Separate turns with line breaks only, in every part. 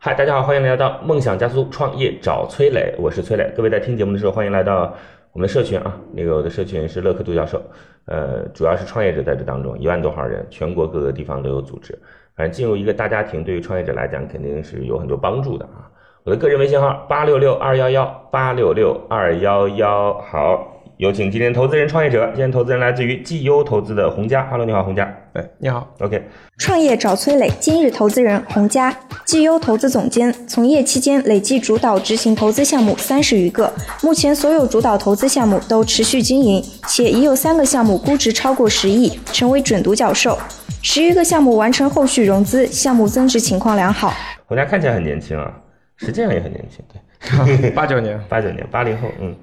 嗨，大家好，欢迎来到梦想加速度创业找崔磊，我是崔磊。各位在听节目的时候，欢迎来到我们的社群啊，那个我的社群是乐客独角兽，呃，主要是创业者在这当中，一万多号人，全国各个地方都有组织。反正进入一个大家庭，对于创业者来讲肯定是有很多帮助的啊。我的个人微信号八六六二幺幺八六六二幺幺，好，有请今天投资人创业者，今天投资人来自于绩优投资的洪佳，Hello，你好，洪佳，哎
你好，
，OK，
创业找崔磊，今日投资人洪佳，绩优投资总监，从业期间累计主导执行投资项目三十余个，目前所有主导投资项目都持续经营，且已有三个项目估值超过十亿，成为准独角兽。十余个项目完成后续融资，项目增值情况良好。
洪佳看起来很年轻啊，实际上也很年轻， 对。
八九年，
八九年，八零后，嗯，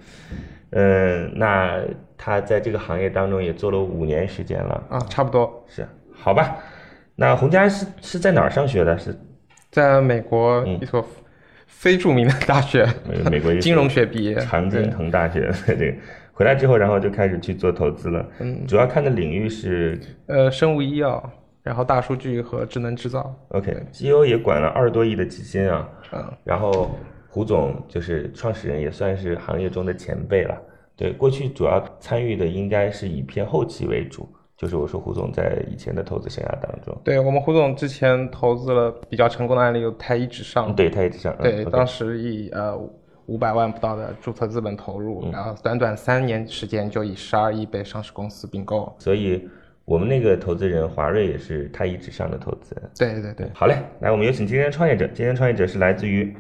嗯，那他在这个行业当中也做了五年时间了，
啊，差不多，
是，好吧？那洪佳是是在哪儿上学的？是
在美国
嗯
一所非著名的大学，
美美国一所
金融学毕业，嗯
常
对
青藤大学 这个。回来之后，然后就开始去做投资了。
嗯
主要看的领域是
呃，生物医药，然后大数据和智能制造，
OK，GO 也管了二十多亿的基金啊。
嗯，
然后胡总就是创始人，也算是行业中的前辈了。对，过去主要参与的应该是以偏后期为主，就是我说胡总在以前的投资生涯当中，
对我们胡总之前投资了比较成功的案例有太一直上，
嗯，对，他一直上，
对，
嗯
当时以呃五百万不到的注册资本投入，然后短短三年时间就以十二亿被上市公司并购。
所以我们那个投资人华瑞也是他一直上的投资人。
对对对，
好嘞，来，我们有请今天的创业者，今天的创业者是来自于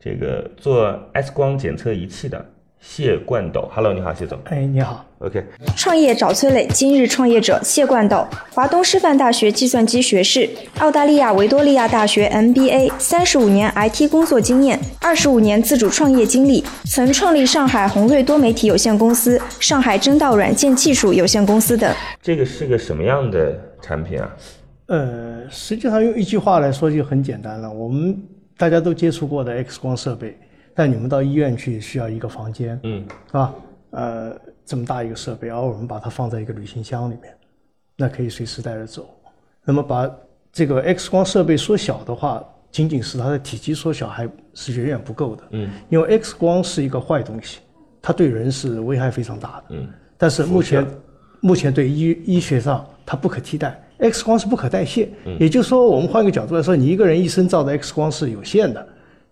这个做 X 光检测仪器的谢冠斗。Hello，你好，谢总。
哎，你好，
OK，
创业找崔磊，今日创业者谢冠斗，华东师范大学计算机学士，澳大利亚维多利亚大学 MBA，三十五年 IT 工作经验，二十五年自主创业经历，曾创立上海宏瑞多媒体有限公司、上海真道软件技术有限公司等。
这个是个什么样的产品啊？
呃，实际上用一句话来说就很简单了。我们大家都接触过的 X 光设备，但你们到医院去需要一个房间，
嗯，
是吧？呃，这么大一个设备，而我们把它放在一个旅行箱里面，那可以随时带着走。那么把这个 X 光设备缩小的话，仅仅是它的体积缩小还是远远不够的，嗯，因为 X 光是一个坏东西，它对人是危害非常大的，嗯，但是目前目前对医医学上它不可替代，X 光是不可代谢，
嗯
也就是说，我们换个角度来说，你一个人一生照的 X 光是有限的，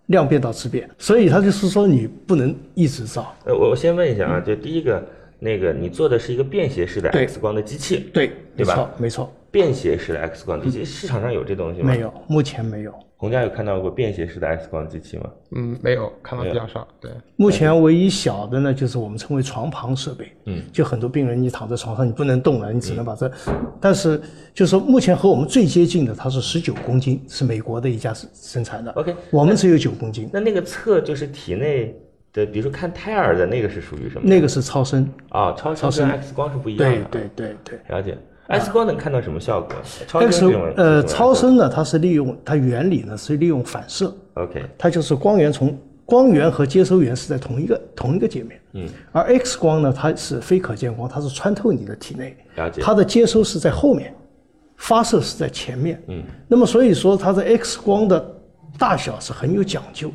量变到质变，所以它就是说你不能一直照。
呃，我我先问一下啊，就第一个，那个你做的是一个便携式的
嗯对
X 光的机器，
对，没
对吧
错，没错，
便携式的 X 光机器，市场上有这东西吗？
没。有，目前没有。
洪家有看到过便携式的 X 光机器吗？
嗯，没有看到比较少，对，
目前唯一小的呢，就是我们称为床旁设备。嗯，就很多病人你躺在床上你不能动了，
嗯
你只能把这，但是就是说目前和我们最接近的，它是十九公斤，是美国的一家生生产的。
OK，
我们只有九公斤，
那那个测就是体内的，比如说看胎儿的那个是属于什么？
那个是超声。
啊、超声
超声
跟 X 光是不一样
对
的。啊
对对对。
了解。X 光能看到什么效果？超声
X
这种
呃，
这种
超声呢，它是利用它原理呢是利用反射，
OK
它就是光源从光源和接收源是在同一个同一个界面。嗯，而 X 光呢，它是非可见光，它是穿透你的体内，
了解
它的接收是在后面，发射是在前面。嗯，那么所以说它的 X 光的大小是很有讲究。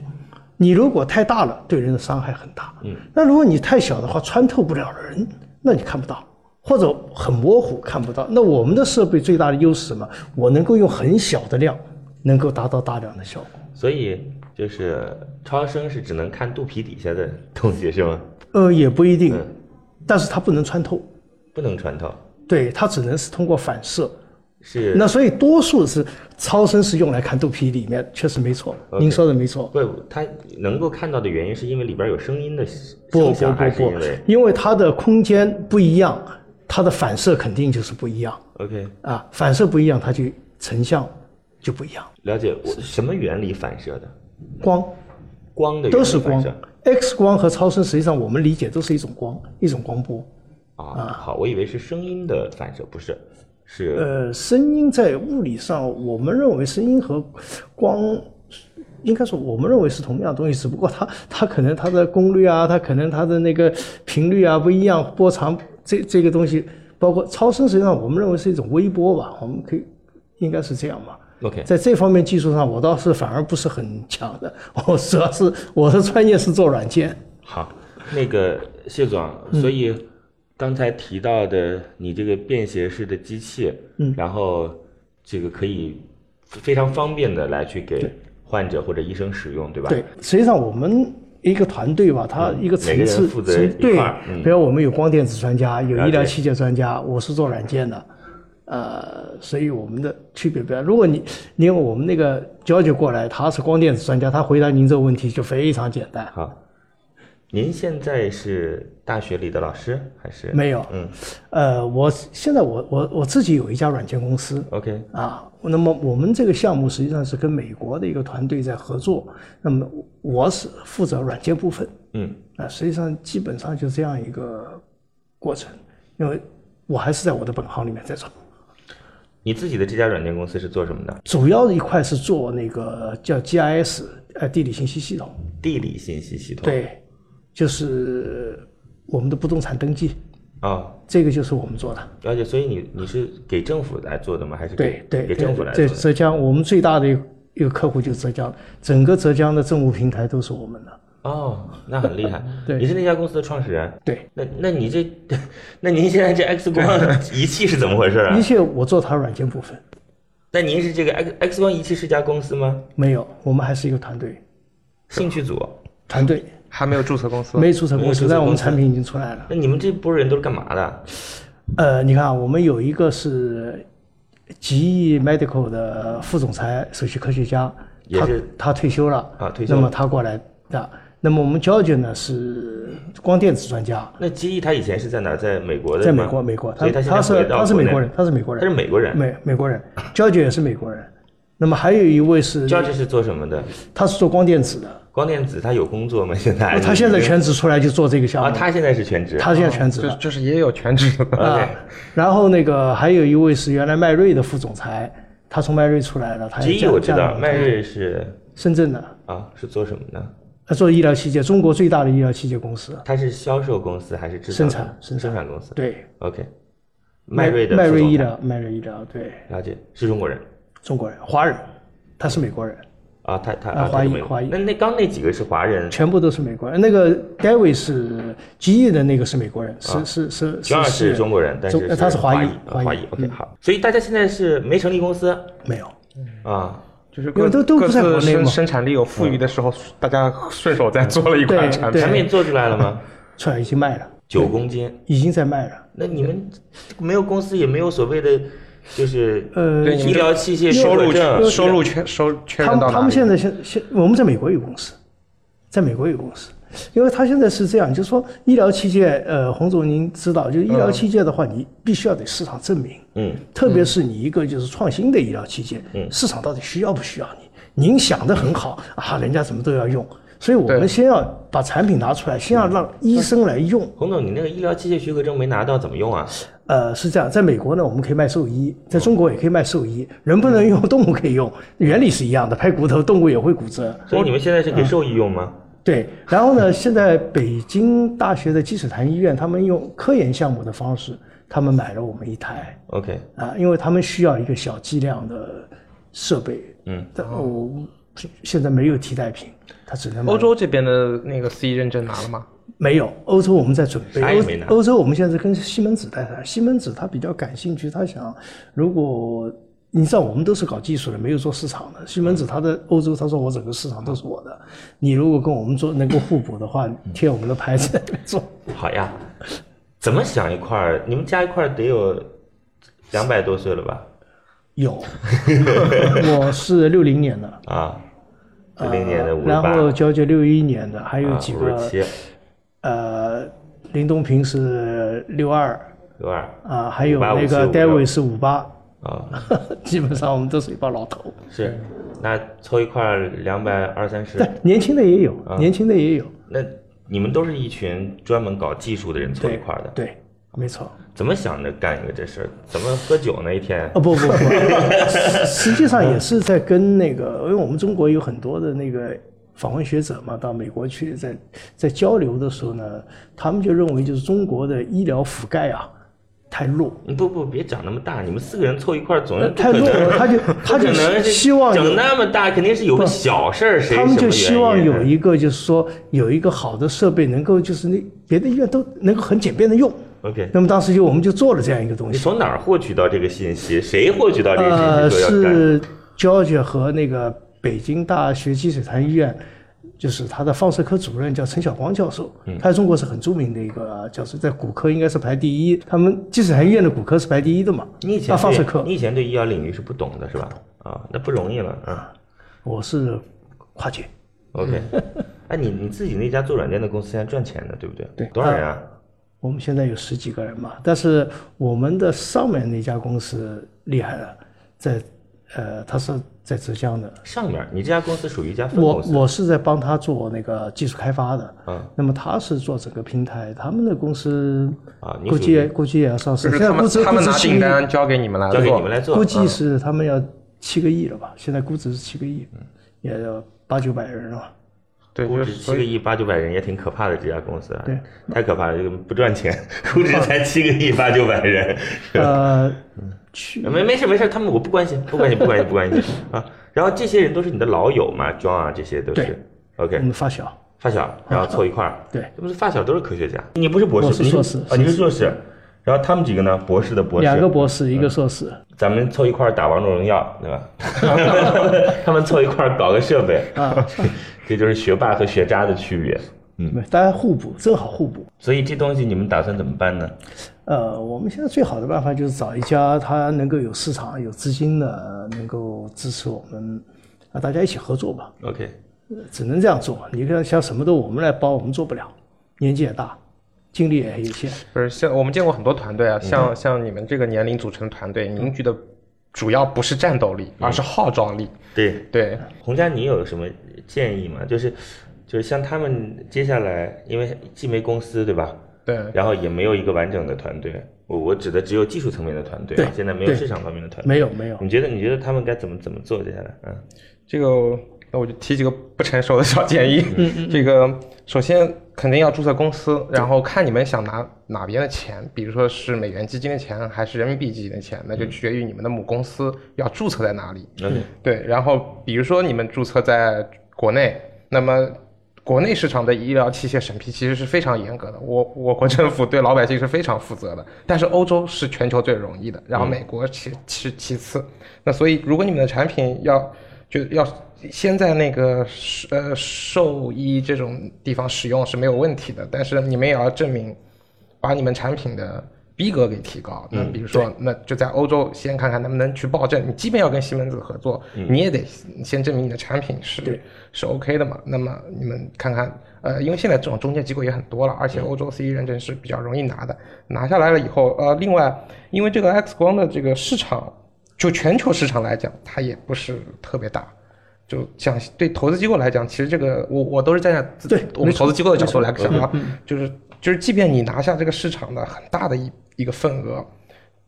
你如果太大了，对人的伤害很大。嗯，那如果你太小的话，穿透不了人，那你看不到，或者很模糊看不到。那我们的设备最大的优势是什么？我能够用很小的量，能够达到大量的效果。
所以就是超声是只能看肚皮底下的东西是吗？
呃，也不一定，
嗯
但是它不能穿透，
不能穿透，
对，它只能是通过反射。
是
那所以多数是超声是用来看肚皮里面，确实没错，您说的没错。
不，它能够看到的原因是因为里边有声音的声
不不
响，还
不
是因
不
为，
因为它的空间不一样，它的反射肯定就是不一样
OK
啊，反射不一样，它就成像就不一样。
了解我什么原理反射的？
光
光的原理
都是光
反射，
X 光和超声实际上我们理解都是一种光，一种光波。
啊，好，我以为是声音的反射，不是，是
呃，声音在物理上，我们认为声音和光，应该说我们认为是同样的东西，只不过它 它可能它的功率啊，它可能它的那个频率啊不一样，波长这这个东西，包括超声，实际上我们认为是一种微波吧，我们可以应该是这样吧。
OK，
在这方面技术上，我倒是反而不是很强的，我主要是我的专业是做软件。
好，那个谢总，
嗯
所以刚才提到的你这个便携式的机器，嗯，然后这个可以非常方便的来去给患者或者医生使用，对吧？
对，实际上我们一个团队吧，它一个
嗯
层
每个
次
人负责
层
一
对
块儿嗯，
比如我们有光电子专家，有
了解
医疗器械专家，我是做软件的，呃，所以我们的区别不一样。如果你你用我们那个 George 过来，他是光电子专家，他回答您这个问题就非常简单。
好，您现在是大学里的老师还是？
没有，
嗯
呃，我现在我我我自己有一家软件公司，
，OK，
啊，那么我们这个项目实际上是跟美国的一个团队在合作，那么我是负责软件部分，
嗯，
啊，实际上基本上就这样一个过程，因为我还是在我的本行里面在做，
你自己的这家软件公司是做什么的？
主要的一块是做那个叫 GIS，呃，地理信息系统，
地理信息系统。。
对，就是我们的不动产登记，
哦，
这个就是我们做的。
了解。所以你你是给政府来做的吗？还是给
对对
给
对，
政府来做
这
的？
浙江我们最大的一个一个客户就是浙江，整个浙江的政务平台都是我们的。
哦，那很厉害。
对
你是那家公司的创始人。
对，
那那你这， 那您现在这 X 光仪器是怎么回事啊
一？切我做它软件部分，
那您是这个 X X 光仪器是家公司吗？
没有，我们还是一个团队，
兴趣组？
团队
还没有注册公司，
没出成公
没有注册公司
司，但我们产品已经出来了。
那你们这波人都是干嘛的？
呃，你看啊，我们有一个是极易 medical 的副总裁、首席科学家，
也
他
是
他退休了
啊退休了
那么他过来的。那么我们 George 呢是光电子专家，
那基毅他以前是在哪儿？在美国的吗？
在美国，美国，
所以他
他
现在
是
回到
他是美
内
国人，他是美国
他是
人，
美国人。
美美国人，George 也是美国人。那么还有一位是，
George 是做什么的？
他是做光电子的，
光电子他有工作吗？现在？
哦他现在全职出来就做这个项
哎啊，
目，
他现在是全职。
他现在全职
就
了。
就是也有全职的，
啊
OK，
然后那个还有一位是原来迈瑞的副总裁，他从迈瑞出来了，他
啊基
也
毅
加
我知
加
道，
入
迈瑞是
深圳的，
啊是做什么的？
他做医疗器械，中国最大的医疗器械公司，
它是销售公司还是制造
生产
生
生产
产公司？
对，
，OK，迈瑞的
迈
副
瑞
总
医
裁
疗，迈瑞医疗，对，
了解是中国人
中国人，华人，他是美国人，
啊，他他
啊
啊，
华
他是
裔
美国
华裔
那那刚那几个是华人，
全部都是美国人。那个 David 是吉亿的那个是美国人，是是是
乔
是
二啊是中国人，但
中
是
呃他是
华
华裔
啊
华裔
华裔 OK
嗯
好，所以大家现在是没成立公司
没有，
啊，
就是
因
各
为都都
各
不在
自
国内
生
嘛
生产力有富裕的时候，大家顺手再做了一款
对
产品。
对
产品做出来了吗？
出来已经卖了，
九公斤，
已经在卖了。
那你们没有公司也没有所谓的就是
呃
对你们
医疗器械许
收
可
入
证
收入确收确认
他们
到哪里？
他们现在现现我们在美国有公司，在美国有公司，因为他现在是这样，就是说医疗器械，呃，洪总您知道，就是医疗器械的话，你必须要得市场证明，
嗯，
特别是你一个就是创新的医疗器械，嗯，市场到底需要不需要你？您想的很好啊，人家怎么都要用，所以我
对
们先要把产品拿出来，先要让医生来用。
洪总，你那个医疗器械许可证没拿到，怎么用啊？
呃，是这样，在美国呢，我们可以卖兽医，在中国也可以卖兽医，人不能用，动物可以用，原理是一样的，拍骨头，动物也会骨折。
所以你们现在是给兽医用吗？
对，然后呢， 现在北京大学的积水潭医院，他们用科研项目的方式，他们买了我们一台
OK，
啊，因为他们需要一个小剂量的设备。
嗯，
但我现在没有替代品，他只能买
欧洲这边的那个 C E 认证拿了吗？
没有，欧洲我们在准备。
啥也没拿
欧欧洲我们现在是跟西门子在谈，西门子他比较感兴趣，他想如果你知道我们都是搞技术的，没有做市场的。西门子他的欧洲，他说我整个市场都是我的，你如果跟我们做能够互补的
嗯
话，贴我们的牌子 做。
好呀，怎么想一块儿？你们加一块儿得有两百多岁了吧？
有，我是六零年的，啊
啊，九零年的五十
呃然
八，
后娇娇六一年的，还有
啊
几
五
个
十七，
呃，林东平是六二
六二
啊，还有
58
那
55
个 David
56
是五八，
啊，
基本上我们都是一帮老头。
是，那凑一块两百二三十啊
对，，年轻的也有，年轻的也有。
那你们都是一群专门搞技术的人凑一块儿的，
对，没错。
怎么想着干一个这事儿？怎么喝酒那一天
啊、？不不不， 实实际上也是在跟那个，因为我们中国有很多的那个访问学者嘛，到美国去在在交流的时候呢，他们就认为就是中国的医疗覆盖啊太弱，
嗯不不，别长那么大，你们四个人凑一块儿，总
呃
是不
太
可
弱
能
了， 他就
不
他
可
就
能
希希望
整
有
那么大，肯定是有个小事儿，谁
他们
什么
就希望
原因啊
有一个就是说有一个好的设备能够就是那别的医院都能够很简便的用。
OK。
那么当时就我们就做了这样一个东
你
西，
从哪儿获取到这个信息？谁获取到这个
呃，
信息说要干？
是 George 和那个北京大学积水潭医院，就是他的放射科主任叫陈晓光教授，
嗯
他在中国是很著名的一个教授，在骨科应该是排第一，他们积水潭医院的骨科是排第一的嘛。
你以前
啊，放射
对
科
你，以前对医疗领域是不懂的，是吧？啊，那不容易了啊。
我是跨界，
OK，哎，你你自己那家做软件的公司现在赚钱的，对不对？
对
多少人
呃
啊？
我们现在有十几个人嘛，但是我们的上面那家公司厉害了，在呃，他是在浙江的，
上面儿，你这家公司属于一家分
我
公司，
我是在帮他做那个技术开发的，
嗯
那么他是做整个平台，他们的公司
啊你
估
属
计
于
也估计也要上市，
就是
现
他
在
们
估值
他
估
们
值
拿
七
订
个
单交给你们来
交给
做
你，们来做。
估计
嗯
是他们要七个亿了吧？现在估值是七个亿，也要八九百人了吧？
对，
估
就
值
是
七
所
个
以
亿八九百人也挺可怕的，这家公司啊
对，
太可怕了，这个不赚 钱，估值才七个亿八九百人，
呃， 去
没没事没事，他们我不关心，不关心不关心不关 心啊。然后这些人都是你的老友嘛，John 啊，这些都
对
是 OK
我们嗯发小，
发小，然后凑一块儿，
对
这不是发小都是科学家，你不是博
我
士，
是
你
硕士
啊，你是硕士。然后他们几个呢？博士的博士，
两个博士，一个硕士，
咱们凑一块儿打王者荣耀，对 吧？他们凑一块儿搞个设备，
啊
这就是学霸和学渣的区别。嗯
没大家互补，正好互补。
所以这东西你们打算怎么办呢？
呃，我们现在最好的办法就是找一家它能够有市场、有资金的，能够支持我们，啊，大家一起合作吧。
OK，
只能这样做。你看，像什么都我们来包，我们做不了，年纪也大，精力也有限。
不是像我们见过很多团队啊，像像你们这个年龄组成的团队，凝聚的主要不是战斗力，而是号召力。
对，
对，
洪佳，你有什么建议吗？就是，就是像他们接下来，因为既没公司对吧，
对，
然后也没有一个完整的团队，我我指的只有技术层面的团队啊，
对
现在没有
对
市场方面的团队。
没有，没有，
你觉得你觉得他们该怎么怎么做接下来？嗯，
这个那我就提几个不成熟的小建议。这个首先肯定要注册公司，然后看你们想拿哪边的钱，比如说是美元基金的钱还是人民币基金的钱，那就取决于你们的母公司要注册在哪里。
OK
对，然后比如说你们注册在国内，那么。国内市场的医疗器械审批其实是非常严格的，我我国政府对老百姓是非常负责的， 但是欧洲是全球最容易的，然后美国其是其次，那所以如果你们的产品要就要先在那个是呃兽医这种地方使用是没有问题的，但是你们也要证明把你们产品的逼格给提高。那比如说，那就在欧洲先看看能不能去报证。你即便要跟西门子合作，你也得先证明你的产品是是 OK 的嘛。那么你们看看，呃，因为现在这种中介机构也很多了，而且欧洲 CE 认证是比较容易拿的，拿下来了以后，呃，另外因为这个 X 光的这个市场，就全球市场来讲，它也不是特别大。就讲对投资机构来讲，其实这个我我都是站在自
对
我们投资机构的角度来
嗯
想啊，就是就是，即便你拿下这个市场的很大的一一个份额，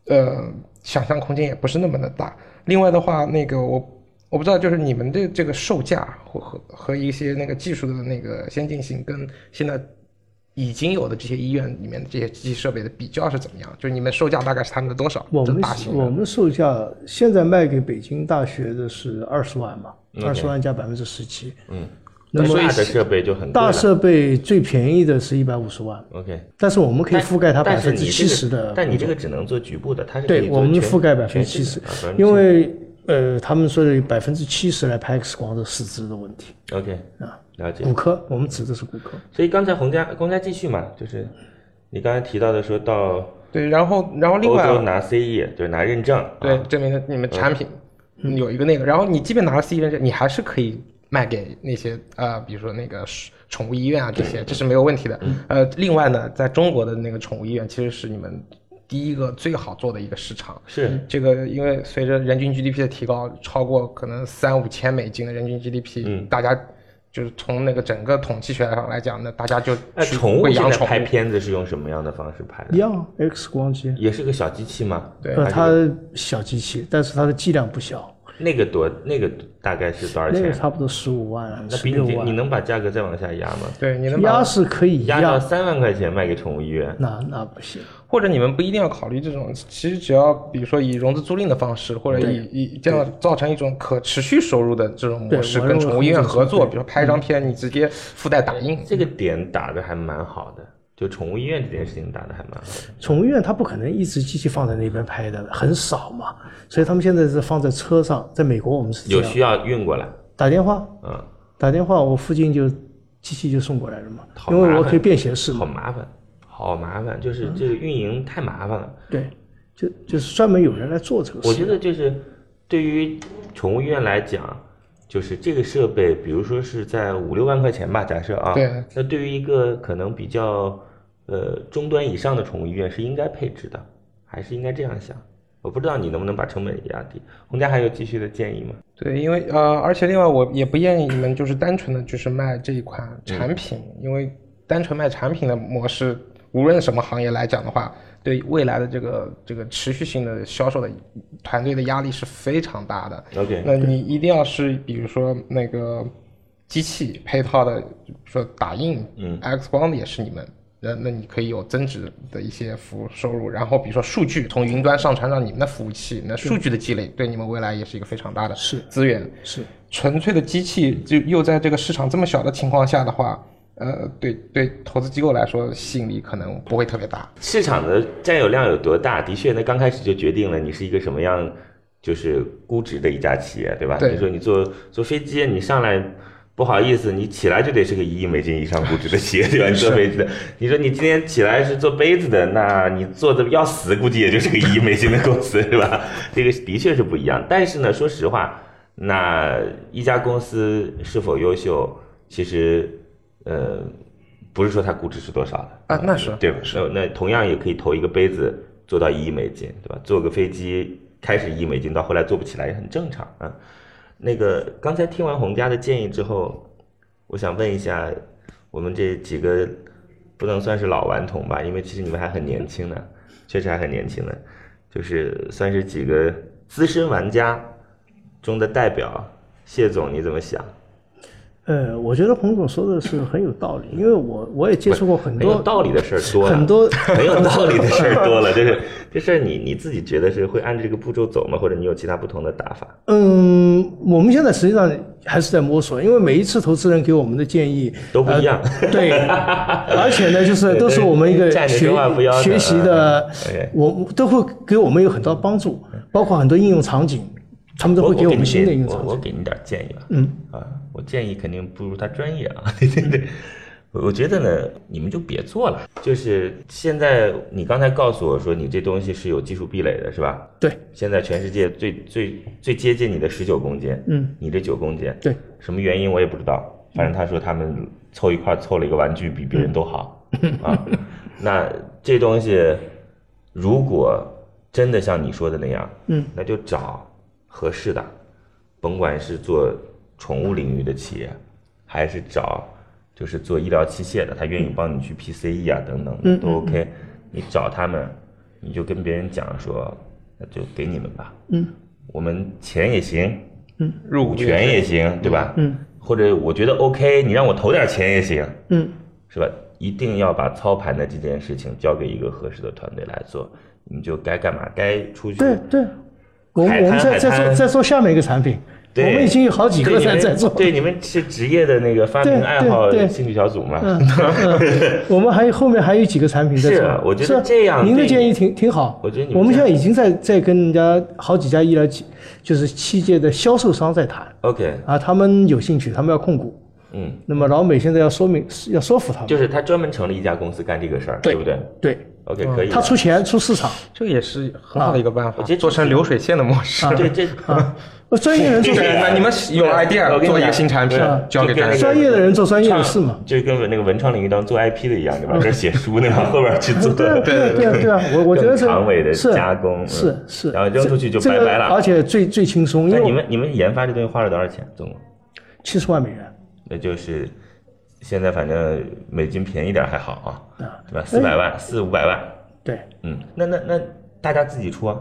呃，想象空间也不是那么的大。另外的话，那个我我不知道，就是你们的这个售价和和和一些那个技术的那个先进性，跟现在已经有的这些医院里面的这些机器设备的比较是怎么样？就是你们售价大概是他们的多少？
我
这
们
大型
我
的
们售价现在卖给北京大学的是二十万嘛，
OK
二十万加百分之十七。
嗯，
那么
大的设备就很贵
大
了。
设备最便宜的是一百五十万，
OK，
但是我们可以覆盖它百
但是
分
你
之
这
七十
个
的
但你这个只能做局部的，它是可以
对
做
我们
全
覆盖百
全
分之七
市
十
的啊70%，
因为呃，他们说的百分之七十来拍 X 光的实质的问题，
OK
啊
了解
骨。科我们指的是骨科，
所以刚才洪家洪家继续嘛，就是你刚才提到的说到
对，然后然后另
欧
外啊
洲拿 CE 就是拿认证，
对
啊，
证明了你们产品有一个那个，然后你即便拿了 C 认证，你还是可以卖给那些呃，比如说那个是宠物医院啊这些，这是没有问题的。呃，另外呢，在中国的那个宠物医院其实是你们第一个最好做的一个市场。
是
嗯
这个因为
嗯
随着人均 GDP 的提高，超过可能三五千美金的人均 GDP，、大家就是从那个整个统计学上来讲呢，大家就
哎，
去
宠物
会
现
养
在
宠
拍
物。
片子是用什么样的方式拍
一
的？
样啊 X 光机，
也是个小机器吗？
对
呃，
还是
它小机器，但是它的剂量不小，
那个多，那个大概是多少
那个
钱？啊
差不多十五万、
那
十
比你
六
这你
万，
能把价格再往下压吗？
对，你能把
压是可以
压到
压，
三万块钱卖给宠物医院，
那那不行。
或者你们不一定要考虑这种，其实只要比如说以融资租赁的方式，或者以以这样造成一种可持续收入的这种模式，
对
跟
我认为
宠物医院
很
合
合
作，
作
比如说拍一张片，你直接附带打印。
这个点打的还蛮好的，就宠物医院这件事情打的还蛮好的。
宠物医院它不可能一直机器放在那边拍的，很少嘛，所以他们现在是放在车上。在美国我们是这
有
样，
需要运过来，
打电话
嗯，
打电话，我附近就机器就送过来了嘛，
好
因为
麻
我
烦
可以便携式
好
嘛。
麻烦，好麻烦，就是这个运营太麻烦了。
对，就就是专门有人来做这个
我
事。
觉得就是对于宠物医院来讲，就是这个设备，比如说是在五六万块钱吧，假设啊，
对，
那对于一个可能比较呃中端以上的宠物医院是应该配置的，还是应该这样想？我不知道你能不能把成本压低。洪家还有继续的建议吗？
对，因为呃，而且另外我也不建议你们就是单纯的就是卖这一款产品，因为单纯卖产品的模式，无论什么行业来讲的话，对未来的这个这个持续性的销售的团队的压力是非常大的。
OK，
那你一定要是比如说那个机器配套的，比如说打印，
嗯
，X 光的也是你们。那那你可以有增值的一些服务收入，然后比如说数据从云端上传到你们的服务器，那数据的积累对你们未来也是一个非常大的
是
资源。
是
纯粹的机器就又在这个市场这么小的情况下的话，呃，对对，投资机构来说吸引力可能不会特别大。
市场的占有量有多大？的确，那刚开始就决定了你是一个什么样，就是估值的一家企业，对吧？
对
你说你坐坐飞机，你上来不好意思，你起来就得是个一亿美金以上估值的企业，对吧？你坐飞机的，你说你今天起来是做杯子的，那你做的要死，估计也就是个一亿美金的公司，对吧？这个的确是不一样。但是呢，说实话，那一家公司是否优秀，其实，呃。不是说它估值是多少的
啊那是
对吧？是那同样也可以投一个杯子做到一亿美金，对吧？坐个飞机开始一亿美金，到后来做不起来也很正常啊。那个刚才听完洪家的建议之后，我想问一下我们这几个不能算是老顽童吧，因为其实你们还很年轻呢，确实还很年轻呢，就是算是几个资深玩家中的代表。谢总，你怎么想？
呃，我觉得洪总说的是很有道理，因为我我也接触过很
很有
多
道理的事儿多了，
很多
很有道理的事儿 多了，就是这事儿你你自己觉得是会按照这个步骤走吗？或者你有其他不同的打法？
嗯，我们现在实际上还是在摸索，因为每一次投资人给我们的建议
都不一样
呃对，而且呢，就是
对
都是我们一个
站着
学
说话不腰疼
学习的
嗯，OK，
我都会给我们有很多帮助，包括很多应用场景，他们都
我
会给我
你
们新的应
点
用
我
场
我
景。
给你点儿建议吧。
嗯
啊，我建议肯定不如他专业啊。 对对对，我我觉得呢，你们就别做了。就是现在你刚才告诉我说你这东西是有技术壁垒的，是吧？
对
现在全世界最最最接近你的十九公斤，
嗯，
你这九公斤，
对，
什么原因我也不知道，反正他说他们凑一块儿凑了一个玩具比别人都 好、啊。那这东西如果真的像你说的那样，
嗯，
那就找合适的，甭管是做宠物领域的企业，还是找就是做医疗器械的，他愿意帮你去 PCE 啊等等
嗯
的都 OK，你找他们，你就跟别人讲说，那就给你们吧，
嗯，
我们钱也行，
入
股权也行，对吧？嗯，或者我觉得 OK，你让我投点钱也行，
嗯，
是吧？一定要把操盘的这件事情交给一个合适的团队来做，你就该干嘛该出去。
对对，我
海
们我们
滩海
在在
滩
做在做下面一个产品，我
对
们已经有好几
对
个
你
在
们
在做，
对，你们是职业的那个发明
对
爱
对
好
对嗯
兴趣小组嘛？
我们还有后面还有几个产品在
是
做
啊。我觉得
是啊
这样
您的
对
建议挺挺好。
我觉得你们
我们
这
现
样
在已经在在跟人家好几家医疗器就是器械的销售商在谈
OK，
啊，他们有兴趣，他们要控股。
嗯，
那么老美现在要说明要说服他们，
就是他专门成立一家公司干这个事儿，对不对
对
？OK，可以的。
他出钱出市场，
这也是很好的一个办
我
法，
觉得
做成流水线的模式。
对这
呃专业人做
对啊
那你们有
对
idea
我跟你
做一个
讲
新产品
对啊
交给
就跟
大
那
家
个，
专业的人做专业的事嘛。
就跟那个文创领域当中做 IP 的一样，对吧？这写书呢，往后边去做。
对啊，对啊，对啊，对啊，我我觉得是
更长尾的
是
加工
是
嗯
是，
然后扔出去就
这
拜
这个
拜了
而且最最轻松，因
那
为
你们你们研发这东西花了多少钱？总共
七十万美元，
那就是现在反正美金便宜点儿还好啊，对吧？四百万、四五百万，
哎对，
嗯，那那那大家自己出啊，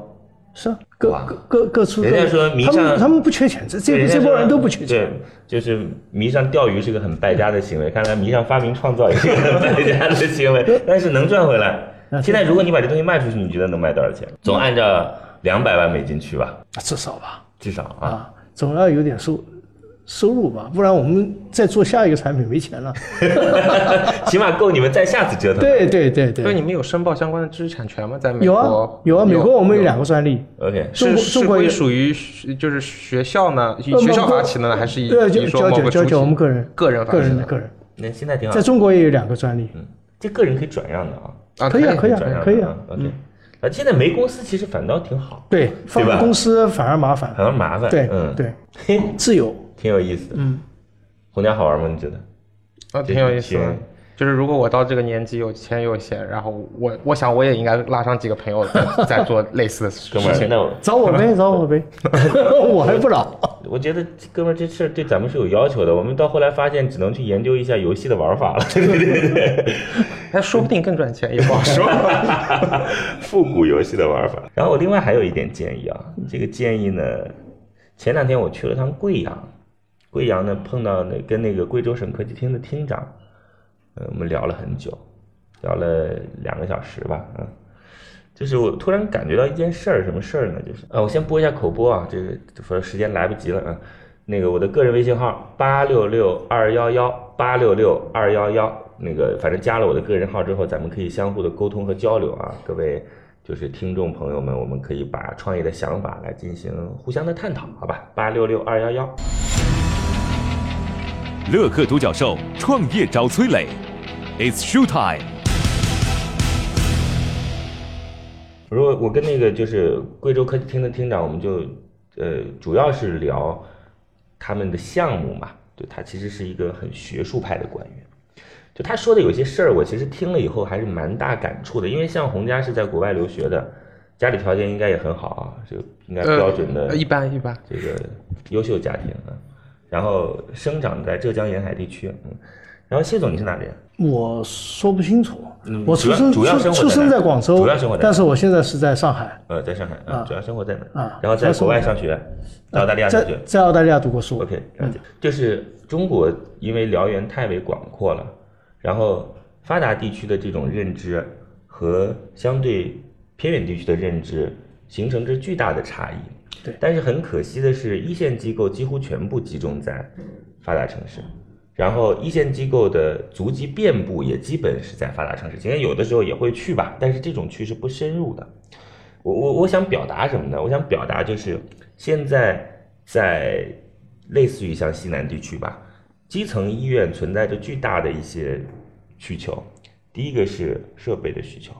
是啊，各
哇
各各各出各
人家说迷
他
上
们他们不缺钱，这
对
这
人家
这波人
说
都不缺钱。
对，就是迷上钓鱼是个很败家的行为，看来迷上发明创造也是个很败家的行为， 但是能赚回来。现在如果你把这东西卖出去，你觉得能卖多少钱？总按照两百万美金去吧，
啊至少吧，
至少啊。
啊，总要有点收收入吧，不然我们再做下一个产品没钱了。啊
起码够你们再下次折腾。
对对对
所以你
对，
们有申报相关的知识产权吗？在美
有
国
啊有啊，美国我们有两个专利，
，OK，
是
中国
是
中国
归
有
属于学就是学校呢，以
呃
学校
某个
发起的呢，还是以
对，
以
就
说
交
某个
给交
主
给
体
我们个人
个人发
个
起
人
的嗯
个人，
那现在挺好
在。中国也有两个专利，
这个人可以转让的啊，
啊？嗯
可以啊可以
转让
啊
的
可以啊，
OK，啊，现在没公司其实反倒挺好，
对，放
吧
公司反而麻烦
反，而麻烦。
对
嗯，，
对，
嘿，
自由，
挺有意思的。
嗯，
红娘好玩吗？你觉得？
啊，挺有意思的
行。
就是如果我到这个年纪有钱有闲，然后我我想我也应该拉上几个朋友再再做类似的 事
哥们儿，
情。
那我
找 我呗，找我呗， 我还不老，
我觉得这哥们儿这事儿对咱们是有要求的，我们到后来发现只能去研究一下游戏的玩法了。对对对，
那哎说不定更赚钱，也不 好说。
复古游戏的玩法。然后我另外还有一点建议啊，这个建议呢，前两天我去了趟贵阳，贵阳呢碰到那跟那个贵州省科技厅的厅长，呃，我们聊了很久，聊了两个小时吧，嗯。就是我突然感觉到一件事儿，什么事儿呢？就是呃，我先播一下口播啊，这个说时间来不及了啊。那个我的个人微信号八六六二幺幺八六六二幺幺，那个反正加了我的个人号之后，咱们可以相互的沟通和交流啊，各位就是听众朋友们，我们可以把创业的想法来进行互相的探讨，好吧？八六六二幺幺。
乐客独角兽创业找崔磊，It's show time。
如果我跟那个就是贵州科技厅的厅长，我们就呃主要是聊他们的项目嘛，对他其实是一个很学术派的官员。就他说的有些事儿，我其实听了以后还是蛮大感触的，因为像洪家是在国外留学的，家里条件应该也很好啊，就应该标准的、
呃，一般一般。
这个优秀家庭啊，然后生长在浙江沿海地区，嗯，然后谢总你是哪里人？
我说不清楚
嗯，
我
主
出
要
生
主要
出
生活
出
在
生
哪
在广州，
主要生活在哪
但是我现在是在上海，
呃，在上海啊，
啊
主要生活在哪？
啊
然后在国外上学，在澳大利亚上学
呃在。在澳大利亚读过书
OK，了解。就是中国因为辽源太为广阔了，然后发达地区的这种认知和相对偏远地区的认知形成着巨大的差异。
对
但是很可惜的是，一线机构几乎全部集中在发达城市，然后一线机构的足迹遍布也基本是在发达城市。今天有的时候也会去吧，但是这种去是不深入的。我我我想表达什么呢？我想表达就是现在在类似于像西南地区吧，基层医院存在着巨大的一些需求。第一个是设备的需求，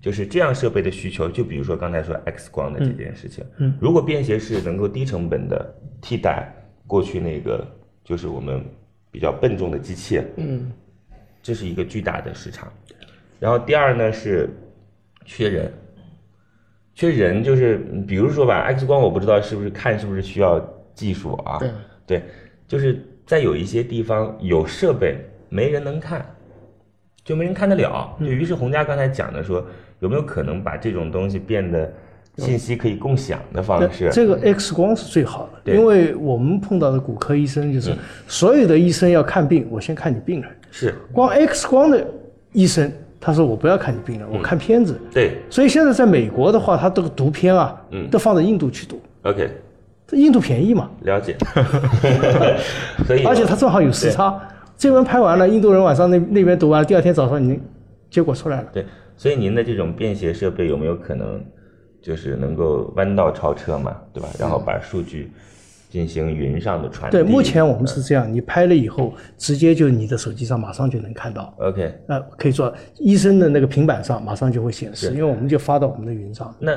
就是这样设备的需求，就比如说刚才说 X 光的这件事情，嗯，如果便携式能够低成本的替代过去那个就是我们比较笨重的机器，嗯，这是一个巨大的市场。然后第二呢是缺人，缺人就是嗯比如说吧，X 光我不知道是不是看是不是需要技术啊，
对
对，就是在有一些地方有设备没人能看，就没人看得了。
嗯
就于是洪家刚才讲的说，有没有可能把这种东西变得信息可以共享的方式？
这个 X 光是最好的，
对嗯
因为我们碰到的骨科医生就是，所有的医生要看病，我先看你病人。
是
光 X 光的医生，他说我不要看你病人，
嗯
我看片子。
对
所以现在在美国的话，他这个读片啊，
嗯
都放在印度去读，
，OK，
这印度便宜嘛，
了 解。所以，
而且他正好有时差，这边拍完了，印度人晚上那那边读完了，第二天早上你结果出来了。
对，所以您的这种便携设备有没有可能就是能够弯道超车嘛？对吧？然后把数据进行云上的传递。呃
对，目前我们
嗯
是这样，你拍了以后，直接就你的手机上马上就能看到。
OK。
呃，可以做医生的那个平板上马上就会显示，因为我们就发到我们的云上。
那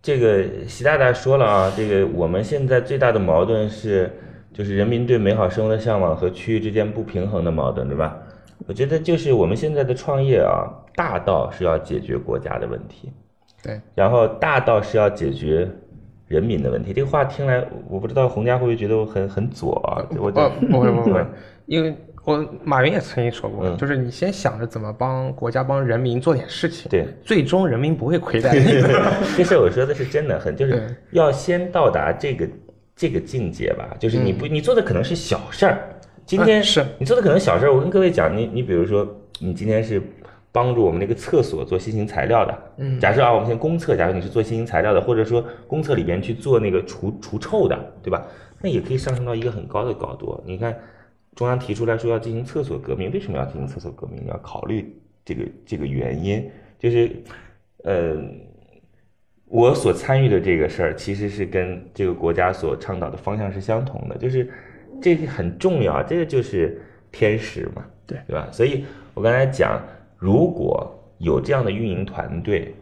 这个习大大说了啊，这个我们现在最大的矛盾是，就是人民对美好生活的向往和区域之间不平衡的矛盾，对吧？我觉得就是我们现在的创业啊，大到是要解决国家的问题，
对，
然后大到是要解决人民的问题。这个话听来，我不知道洪家会不会觉得我很很左啊？我
不
就
哦不会不会不
对
会，因为我马云也曾经说
嗯
过，就是你先想着怎么帮国家帮人民做点事情，
对，
最终人民不会亏待你 的。
这事儿我说的是真的很，就
对
是要先到达这个这个境界吧。就是你不，你做的可能是小事儿。今天、
嗯是
你做的可能小事儿。我跟各位讲，你你比如说，你今天是帮助我们那个厕所做新型材料的。嗯，假设啊，我们先公厕，假如你是做新型材料的，或者说公厕里边去做那个除除臭的，对吧？那也可以上升到一个很高的高度。你看，中央提出来说要进行厕所革命，为什么要进行厕所革命？你要考虑这个这个原因，就是，呃，我所参与的这个事儿，其实是跟这个国家所倡导的方向是相同的，就是这个很重要，这个就是天时嘛，
对
对吧？所以我刚才讲，如果有这样的运营团队，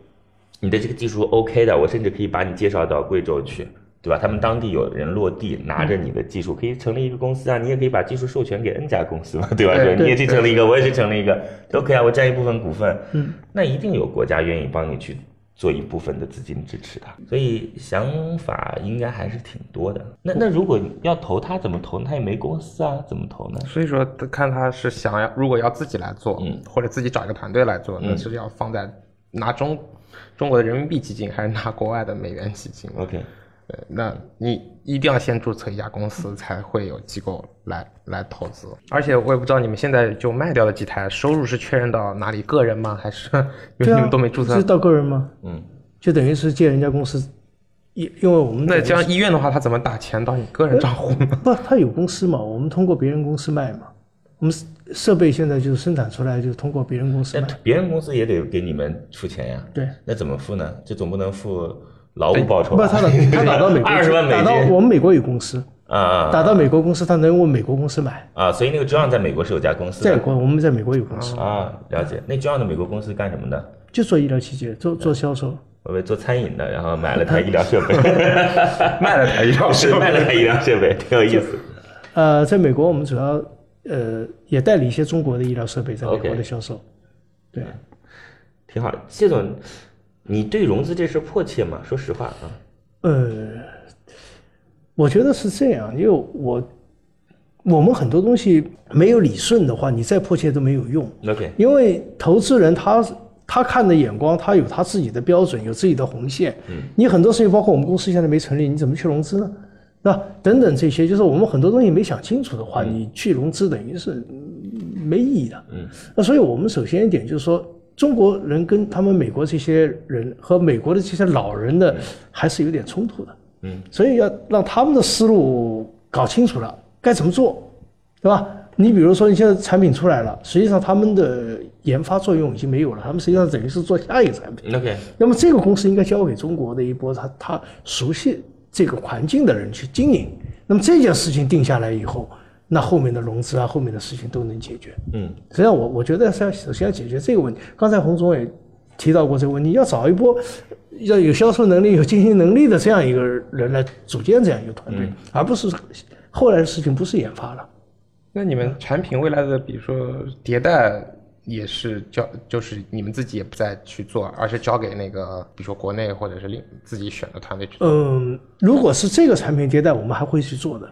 你的这个技术 OK 的，我甚至可以把你介绍到贵州去，对吧？他们当地有人落地，
嗯
拿着你的技术，可以成立一个公司啊，你也可以把技术授权给 N 家公 司嘛，对吧？
对
说
对
你也去成立一个，我也去成立一个，都可以啊，我占一部分股份，嗯，那一定有国家愿意帮你去。做一部分的资金支持他，所以想法应该还是挺多的。那那如果要投他，怎么投呢？他也没公司啊，怎么投呢？
所以说，看他是想要，如果要自己来做，
嗯
或者自己找一个团队来做，那是要放在拿中中国的人民币基金，还是拿国外的美元基金？
OK，
呃那你一定要先注册一家公司，才会有机构来来投资。而且我也不知道你们现在就卖掉的几台，收入是确认到哪里个人吗？还是 因为
对
你
啊，
们都没注册
这是？到个人吗？
嗯，
就等于是借人家公司，因因为我们
那这样医院的话，他怎么打钱到你个人账户 呢？
不，他有公司嘛，我们通过别人公司卖嘛，我们设备现在就是生产出来就是通过别人公司
但
卖，
别人公司也得给你们付钱呀。
对，哎
那怎么付呢？这总不能付劳务报酬
不，
吧？
他打他打到美国去，
二十万美
打到
金
我们美国有公司，
啊啊
打到美国公司，他能问美国公司买，
啊！所以那个 John 在美国是有家公司
在
的
国我们在美国有公司，
啊，了解。那 John 的美国公司干什么的？
就做医疗器械，做做销售，
我们做餐饮的，然后买了台医疗设 备，
卖了台医疗
是
设
卖
备，
了台医疗设备，挺有意思。
呃，在美国我们主要呃也代理一些中国的医疗设备在美国
OK
的销售，对，
挺好。谢总，你对融资这事迫切吗？说实话啊，
呃，我觉得是这样，因为我我们很多东西没有理顺的话，你再迫切都没有用。
OK，
因为投资人他他看的眼光，他有他自己的标准，有自己的红线。嗯，你很多事情，包括我们公司现在没成立，你怎么去融资呢？那等等这些，就是我们很多东西没想清楚的话，你去融资等于是嗯没意义的。嗯，那所以我们首先一点就是说，中国人跟他们美国这些人和美国的这些老人的还是有点冲突的。嗯，所以要让他们的思路搞清楚了，该怎么做，对吧？你比如说，你现在产品出来了，实际上他们的研发作用已经没有了，他们实际上等于是做下一个产品。
OK，
那么这个公司应该交给中国的一波他他熟悉这个环境的人去经营。那么这件事情定下来以后，那后面的融资啊，后面的事情都能解决。
嗯，
实际上我我觉得是要首先要解决这个问题。刚才洪总也提到过这个问题，要找一波要有销售能力、有经营能力的这样一个人来组建这样一个团队，而不是后来的事情不是研发了。
那你们产品未来的，比如说迭代，也是交，就是你们自己也不再去做，而是交给那个，比如说国内或者是另自己选的团队去做。
嗯，如果是这个产品迭代，我们还会去做的，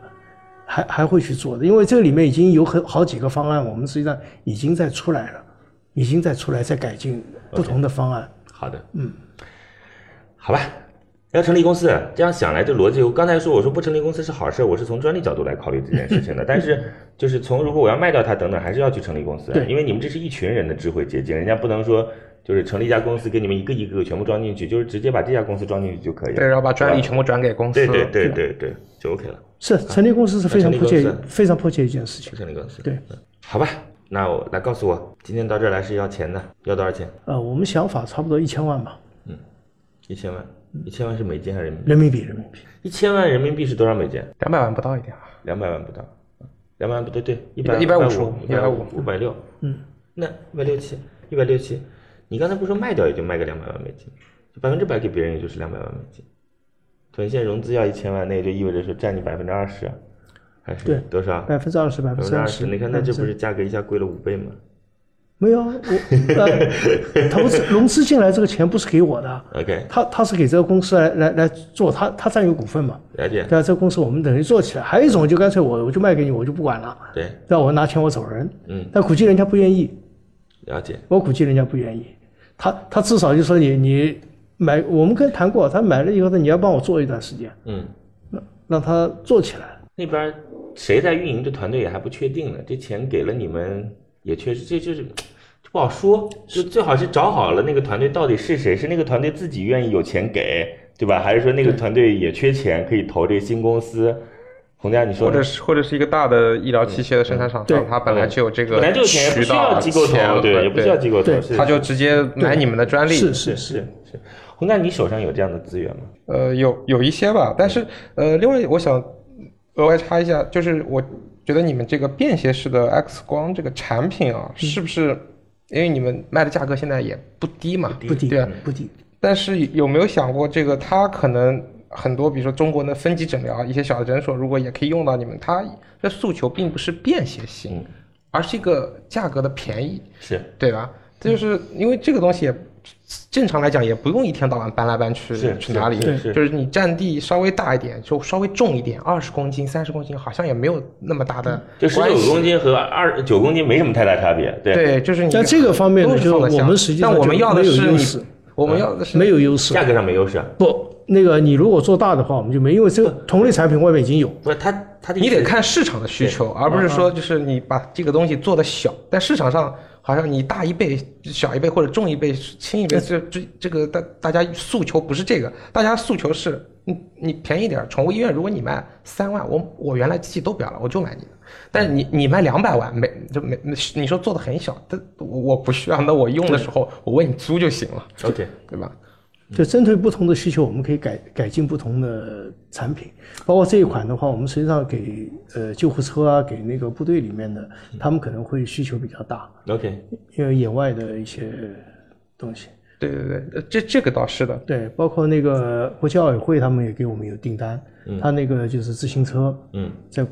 还还会去做的，因为这里面已经有很好几个方案，我们实际上已经在出来了，已经在出来在改进不同的方案。
好的，嗯，好吧。要成立公司，这样想来这逻辑，我刚才说我说不成立公司是好事，我是从专利角度来考虑这件事 情的。但是就是从如果我要卖掉它等等，还是要去成立公司，
对
因为你们这是一群人的智慧结晶，人家不能说就是成立一家公司给你们一个一个全部装进去，就是直接把这家公司装进去就可以了。
对，然后把专利全部转给公司。
对对对对对，就 OK 了，
是成立公司是非常迫
成立
切
公司、
非常迫切一件事情
不。成立公司。
对
嗯，好吧，那我来告诉我，今天到这儿来是要钱的，要多少钱？
呃，我们想法差不多一千万吧，
一千万，一千万是美金还是人民币？
人民币，人民币。
一千万人民币是多少美金？
两百万不到一点啊。
两百万不到，两百万不对，对，一百
155
一百五
155
五百六，嗯，那一百六七，一百六七，你刚才不是说卖掉也就卖个两百万美金，就百分之百给别人也就是两百万美金，短线融资要一千万，那也就意味着说占你百分之二十，啊还是
对
多少？
百分之二十，百
百
分
分
之
之
二
二
十，
十，你看那这不
百分之
是价格一下贵了五倍吗？
没有啊，我呃， 投资融资进来这个钱不是给我的，
OK，
他他是给这个公司来来来做，他他占有股份嘛，
了解
对。吧、这个公司我们等于做起来。还有一种就干脆我我就卖给你，我就不管了，
对，
对吧？我拿钱我走人。
嗯，
但估计人家不愿意，
了解。
我估计人家不愿意。他他至少就说你你买，我们跟谈过，他买了以后呢，你要帮我做一段时间，
嗯，
让他做起来。
那边谁在运营，这团队也还不确定呢。这钱给了你们，也确实这就是就不好说，就最好是找好了那个团队到底是谁，是那个团队自己愿意有钱给，对吧？还是说那个团队也缺钱可以投这个新公司？洪佳，你说
或
呢
者是或者是一个大的医疗器械的生产厂商，
对
它本来就有这个
嗯本来就有钱，也不
渠
需
道
要机构
钱
投，对，也不需要机构投，
对
是
他就直接买你们的专利。
是是
是
嗯
是。洪佳，你手上有这样的资源吗？
呃，有有一些吧，但是
嗯
呃，另外我想额外插一下，就是我觉得你们这个便携式的 X 光这个产品
嗯
啊，是不是因为你们卖的价格现在也不低嘛，
不低嗯
对啊，
不低。
但是有没有想过，这个它可能很多，比如说中国的分级诊疗，一些小的诊所如果也可以用到你们，它的诉求并不是便携性，
嗯
而是一个价格的便宜，
是
对吧？这就是因为这个东西也正常来讲也不用一天到晚搬来搬去
是
去哪里，
是是
就是你占地稍微大一点，就稍微重一点，二十公斤、三十公斤，好像也没有那么大的
就十
关
九
系
公斤和二九公斤没什么太大差别，对
对，就是你
但这个方面呢
都是放得
就是我
下
们实际上
但我们
就
要的
没有
是
优
你
势，
我
嗯
们要的是
没有优势
价。格上没优势啊。
不，那个你如果做大的话，我们就没，因为这个同类产品外面已经有。
不是他他的意
你
思
得
是
看市场的需求，而不是说就是你把这个东西做的小，但市场上好像你大一倍、小一倍或者重一倍、轻一倍，这这这个大大家诉求不是这个，大家诉求是你你便宜点儿，宠物医院如果你卖三万，我我原来机器都不要了，我就买你的，但是你你卖两百万没就没你说做的很小，但我我不需要，那我用的时候我为你租就行了，
OK
对吧？
就针对不同的需求，我们可以改改进不同的产品。包括这一款的话，我们实际上给呃救护车啊，给那个部队里面的，他们可能会需求比较大，
OK，
因为野外的一些东西。
对对对，呃这这个倒是的，
对，包括那个国际奥委会他们也给我们有订单，他那个就是自行车
嗯，
在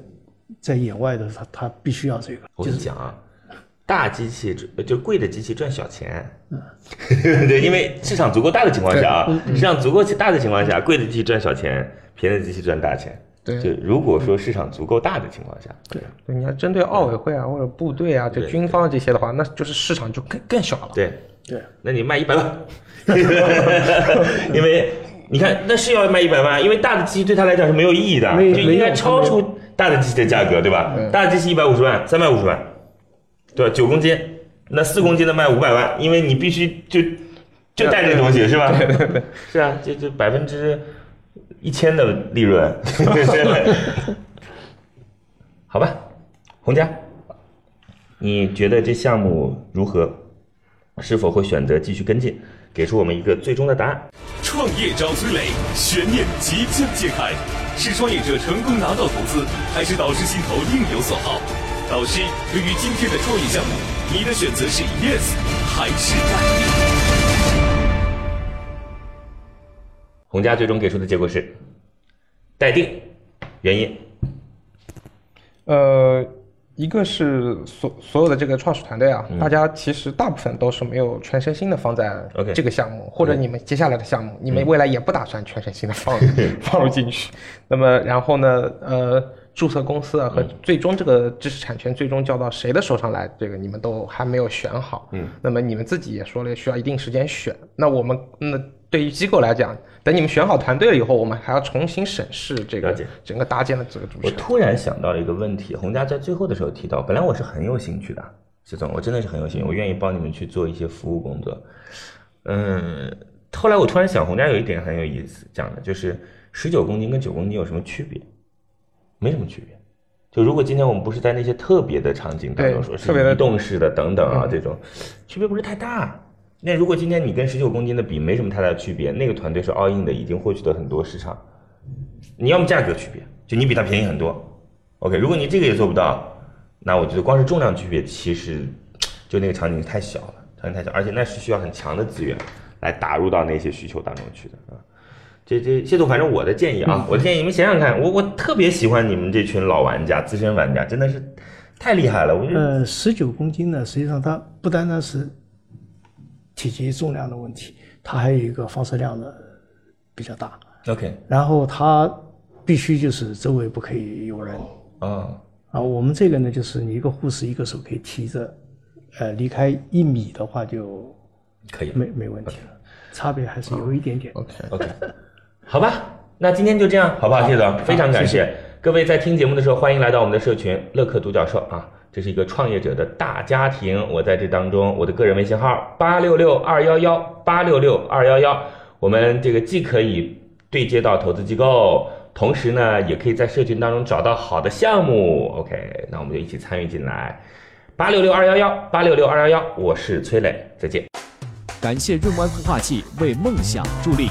在野外的，他他必须要这个。
我跟你讲啊，大机器呃就贵的机器赚小钱， 对，因为市场足够大的情况下啊，市场足够大的情况下，贵的机器赚小钱，便宜的机器赚大钱。
对
就如果说市场足够大的情况下，对
对，你要针对奥委会啊或者部队啊，就
对
军方这些的话，那就是市场就更更小了。
对，
对，
那你卖一百万， 因为你看那是要卖一百万，因为大的机器对他来讲是没有意义的，
没
就应
没
该
用
超出大的机器的价格，对吧？大的机器一百五十万，三百五十万，对吧？九公斤，那四公斤的卖五百万，因为你必须就就带这东西是吧？ 是啊，就就百分之一千的利润， 好吧，洪佳，你觉得这项目如何？是否会选择继续跟进？给出我们一个最终的答案。
创业找崔磊，悬念即将揭开，是创业者成功拿到投资，还是导师心头另有所好？导师，对于今天的创业项目，你的选择是 yes 还是 no？
洪家最终给出的结果是待定，原因
呃，一个是所所有的这个创始团队啊，
嗯
大家其实大部分都是没有全身心的放在
OK 嗯
这个项目，或者你们接下来的项目，你们未来也不打算全身心的 放放入进去。那么，然后呢，呃，注册公司啊
嗯
和最终这个知识产权最终交到谁的手上来，这个你们都还没有选好。嗯，那么你们自己也说了需要一定时间选。那我们那对于机构来讲，等你们选好团队了以后，我们还要重新审视这
了
个
解
整个搭建的这个组
我
成。
突然想到了一个问题，洪家在最后的时候提到，本来我是很有兴趣的，石总，我真的是很有兴趣，我愿意帮你们去做一些服务工作。嗯，后来我突然想，洪家有一点很有意思，讲的就是十九公斤跟九公斤有什么区别？没什么区别。就如果今天我们不是在那些特别的场景当中
对
说，是
特别的嗯
移动式的等等啊，这种区别不是太大。那如果今天你跟十九公斤的比，没什么太大的区别，那个团队是奥运的，已经获取了很多市场。你要么价格区别，就你比它便宜很多。OK，如果你这个也做不到，那我觉得光是重量区别，其实就那个场景太小了，场景太小，而且那是需要很强的资源来打入到那些需求当中去的啊。这这谢总，反正我的建议啊，我的建议你们想想看，我我特别喜欢你们这群老玩家、资深玩家，真的是太厉害了，我觉得
呃，十九公斤呢，实际上它不单单是体积重量的问题，它还有一个放射量的比较大，
OK
然后它必须就是周围不可以有人
啊，
啊。我们这个呢，就是你一个护士一个手可以提着，呃，离开一米的话就
可以了
没没问题了，差别还是有一点点。
OK，
OK，好吧，那今天就这样，好不好，谢总？非常感谢各位在听节目的时候，欢迎来到我们的社群“乐客独角兽”啊，这是一个创业者的大家庭。我在这当中，我的个人微信号八六六二幺幺八六六二幺幺，我们这个既可以对接到投资机构。同时呢，也可以在社群当中找到好的项目。OK，那我们就一起参与进来。八六六二幺幺，八六六二幺幺，我是崔磊，再见。
感谢润湾孵化器为梦想助力。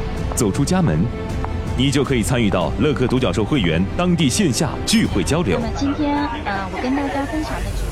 走出家门，你就可以参与到乐客独角兽会员当地线下聚会交流
那。么今天，呃，我跟大家分享的主题